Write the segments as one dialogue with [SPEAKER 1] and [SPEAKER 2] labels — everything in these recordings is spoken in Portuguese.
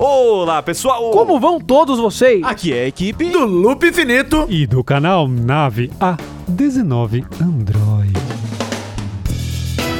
[SPEAKER 1] Olá, pessoal!
[SPEAKER 2] Como vão todos vocês?
[SPEAKER 1] Aqui é a equipe
[SPEAKER 3] do Loop Infinito.
[SPEAKER 4] E do canal Nave A19 Android.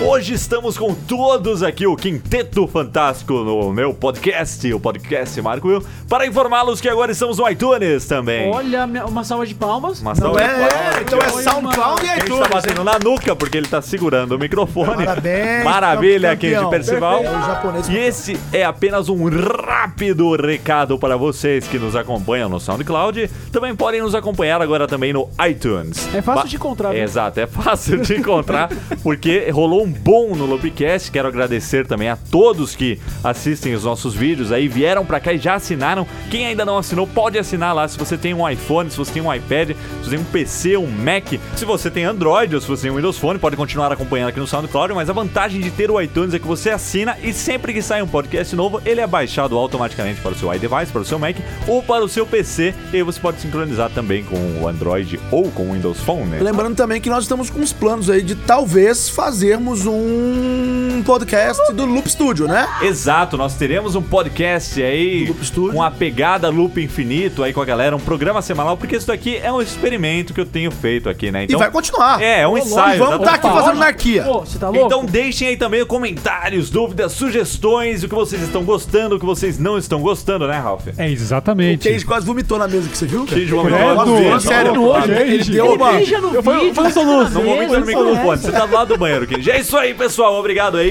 [SPEAKER 1] Hoje estamos com todos aqui, o Quinteto Fantástico, no meu podcast, o podcast Marco Will, para informá-los que agora estamos no iTunes também.
[SPEAKER 2] Olha, minha- uma salva de palmas.
[SPEAKER 1] Uma
[SPEAKER 3] Não
[SPEAKER 1] salva de
[SPEAKER 3] é,
[SPEAKER 1] palmas.
[SPEAKER 3] então é
[SPEAKER 2] Oi,
[SPEAKER 3] SoundCloud e
[SPEAKER 1] A gente tá
[SPEAKER 3] iTunes.
[SPEAKER 1] batendo na nuca porque ele tá segurando o microfone.
[SPEAKER 3] Parabéns,
[SPEAKER 1] Maravilha, Kenji
[SPEAKER 3] campeão.
[SPEAKER 1] Percival.
[SPEAKER 3] Perfeito. É o japonês
[SPEAKER 1] E
[SPEAKER 3] campeão.
[SPEAKER 1] esse é apenas um rápido recado para vocês que nos acompanham no SoundCloud. Também podem nos acompanhar agora também no iTunes.
[SPEAKER 2] É fácil
[SPEAKER 1] Ba-
[SPEAKER 2] de encontrar, viu?
[SPEAKER 1] Exato, é fácil de encontrar porque rolou um bom no Lobcast. Quero agradecer também a todos que assistem os nossos vídeos aí, vieram pra cá e já assinaram. Quem ainda não assinou, pode assinar lá. Se você tem um iPhone, se você tem um iPad, se você tem um PC, um Mac, se você tem Android ou se você tem um Windows Phone, pode continuar acompanhando aqui no SoundCloud. Mas a vantagem de ter o iTunes é que você assina e sempre que sai um podcast novo, ele é baixado automaticamente para o seu iDevice, para o seu Mac ou para o seu PC. E aí você pode sincronizar também com o Android ou com o Windows Phone, né?
[SPEAKER 3] Lembrando também que nós estamos com uns planos aí de talvez fazermos um podcast do Loop Studio, né?
[SPEAKER 1] Exato, nós teremos um podcast aí
[SPEAKER 3] Do Loop Studio.
[SPEAKER 1] com a pegada Loop Infinito aí com a galera, um programa semanal, porque isso daqui é um experimento que eu tenho feito aqui, né?
[SPEAKER 3] e vai continuar.
[SPEAKER 1] É, é um ensaio.
[SPEAKER 3] E vamos tá
[SPEAKER 1] exatamente.
[SPEAKER 3] aqui
[SPEAKER 2] um
[SPEAKER 3] fazendo anarquia.
[SPEAKER 2] Ô, você tá louco?
[SPEAKER 1] Então deixem aí também comentários, dúvidas, sugestões, o que vocês estão gostando, o que vocês não estão gostando, né, Ralph?
[SPEAKER 4] É
[SPEAKER 3] O
[SPEAKER 4] exatamente.
[SPEAKER 3] Cage quase vomitou na mesa que você viu? cara?
[SPEAKER 1] Cage vomitou. É,
[SPEAKER 3] Eu
[SPEAKER 1] Credo,
[SPEAKER 3] tava vendo,
[SPEAKER 1] mano,
[SPEAKER 3] Sério,
[SPEAKER 1] tá louco,
[SPEAKER 3] ele, ele
[SPEAKER 4] gente.
[SPEAKER 3] deu uma...
[SPEAKER 2] Beija no
[SPEAKER 4] eu fui-
[SPEAKER 2] vídeo.
[SPEAKER 4] foi um soluço.
[SPEAKER 1] No momento
[SPEAKER 2] é,
[SPEAKER 1] do microfone,
[SPEAKER 2] é.
[SPEAKER 1] você tá do lado do banheiro, Kenji. É isso aí, pessoal. Obrigado aí.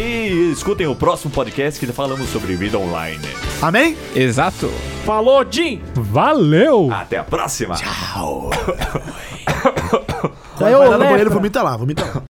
[SPEAKER 1] Escutem o próximo podcast que falamos sobre vida online.
[SPEAKER 3] Amém?
[SPEAKER 5] Exato.
[SPEAKER 2] Falou, Jim!
[SPEAKER 4] Valeu!
[SPEAKER 1] Até a próxima.
[SPEAKER 3] Daí
[SPEAKER 2] ô,
[SPEAKER 3] vai lá no
[SPEAKER 2] lepra.
[SPEAKER 3] banheiro, vomita lá, vomita lá.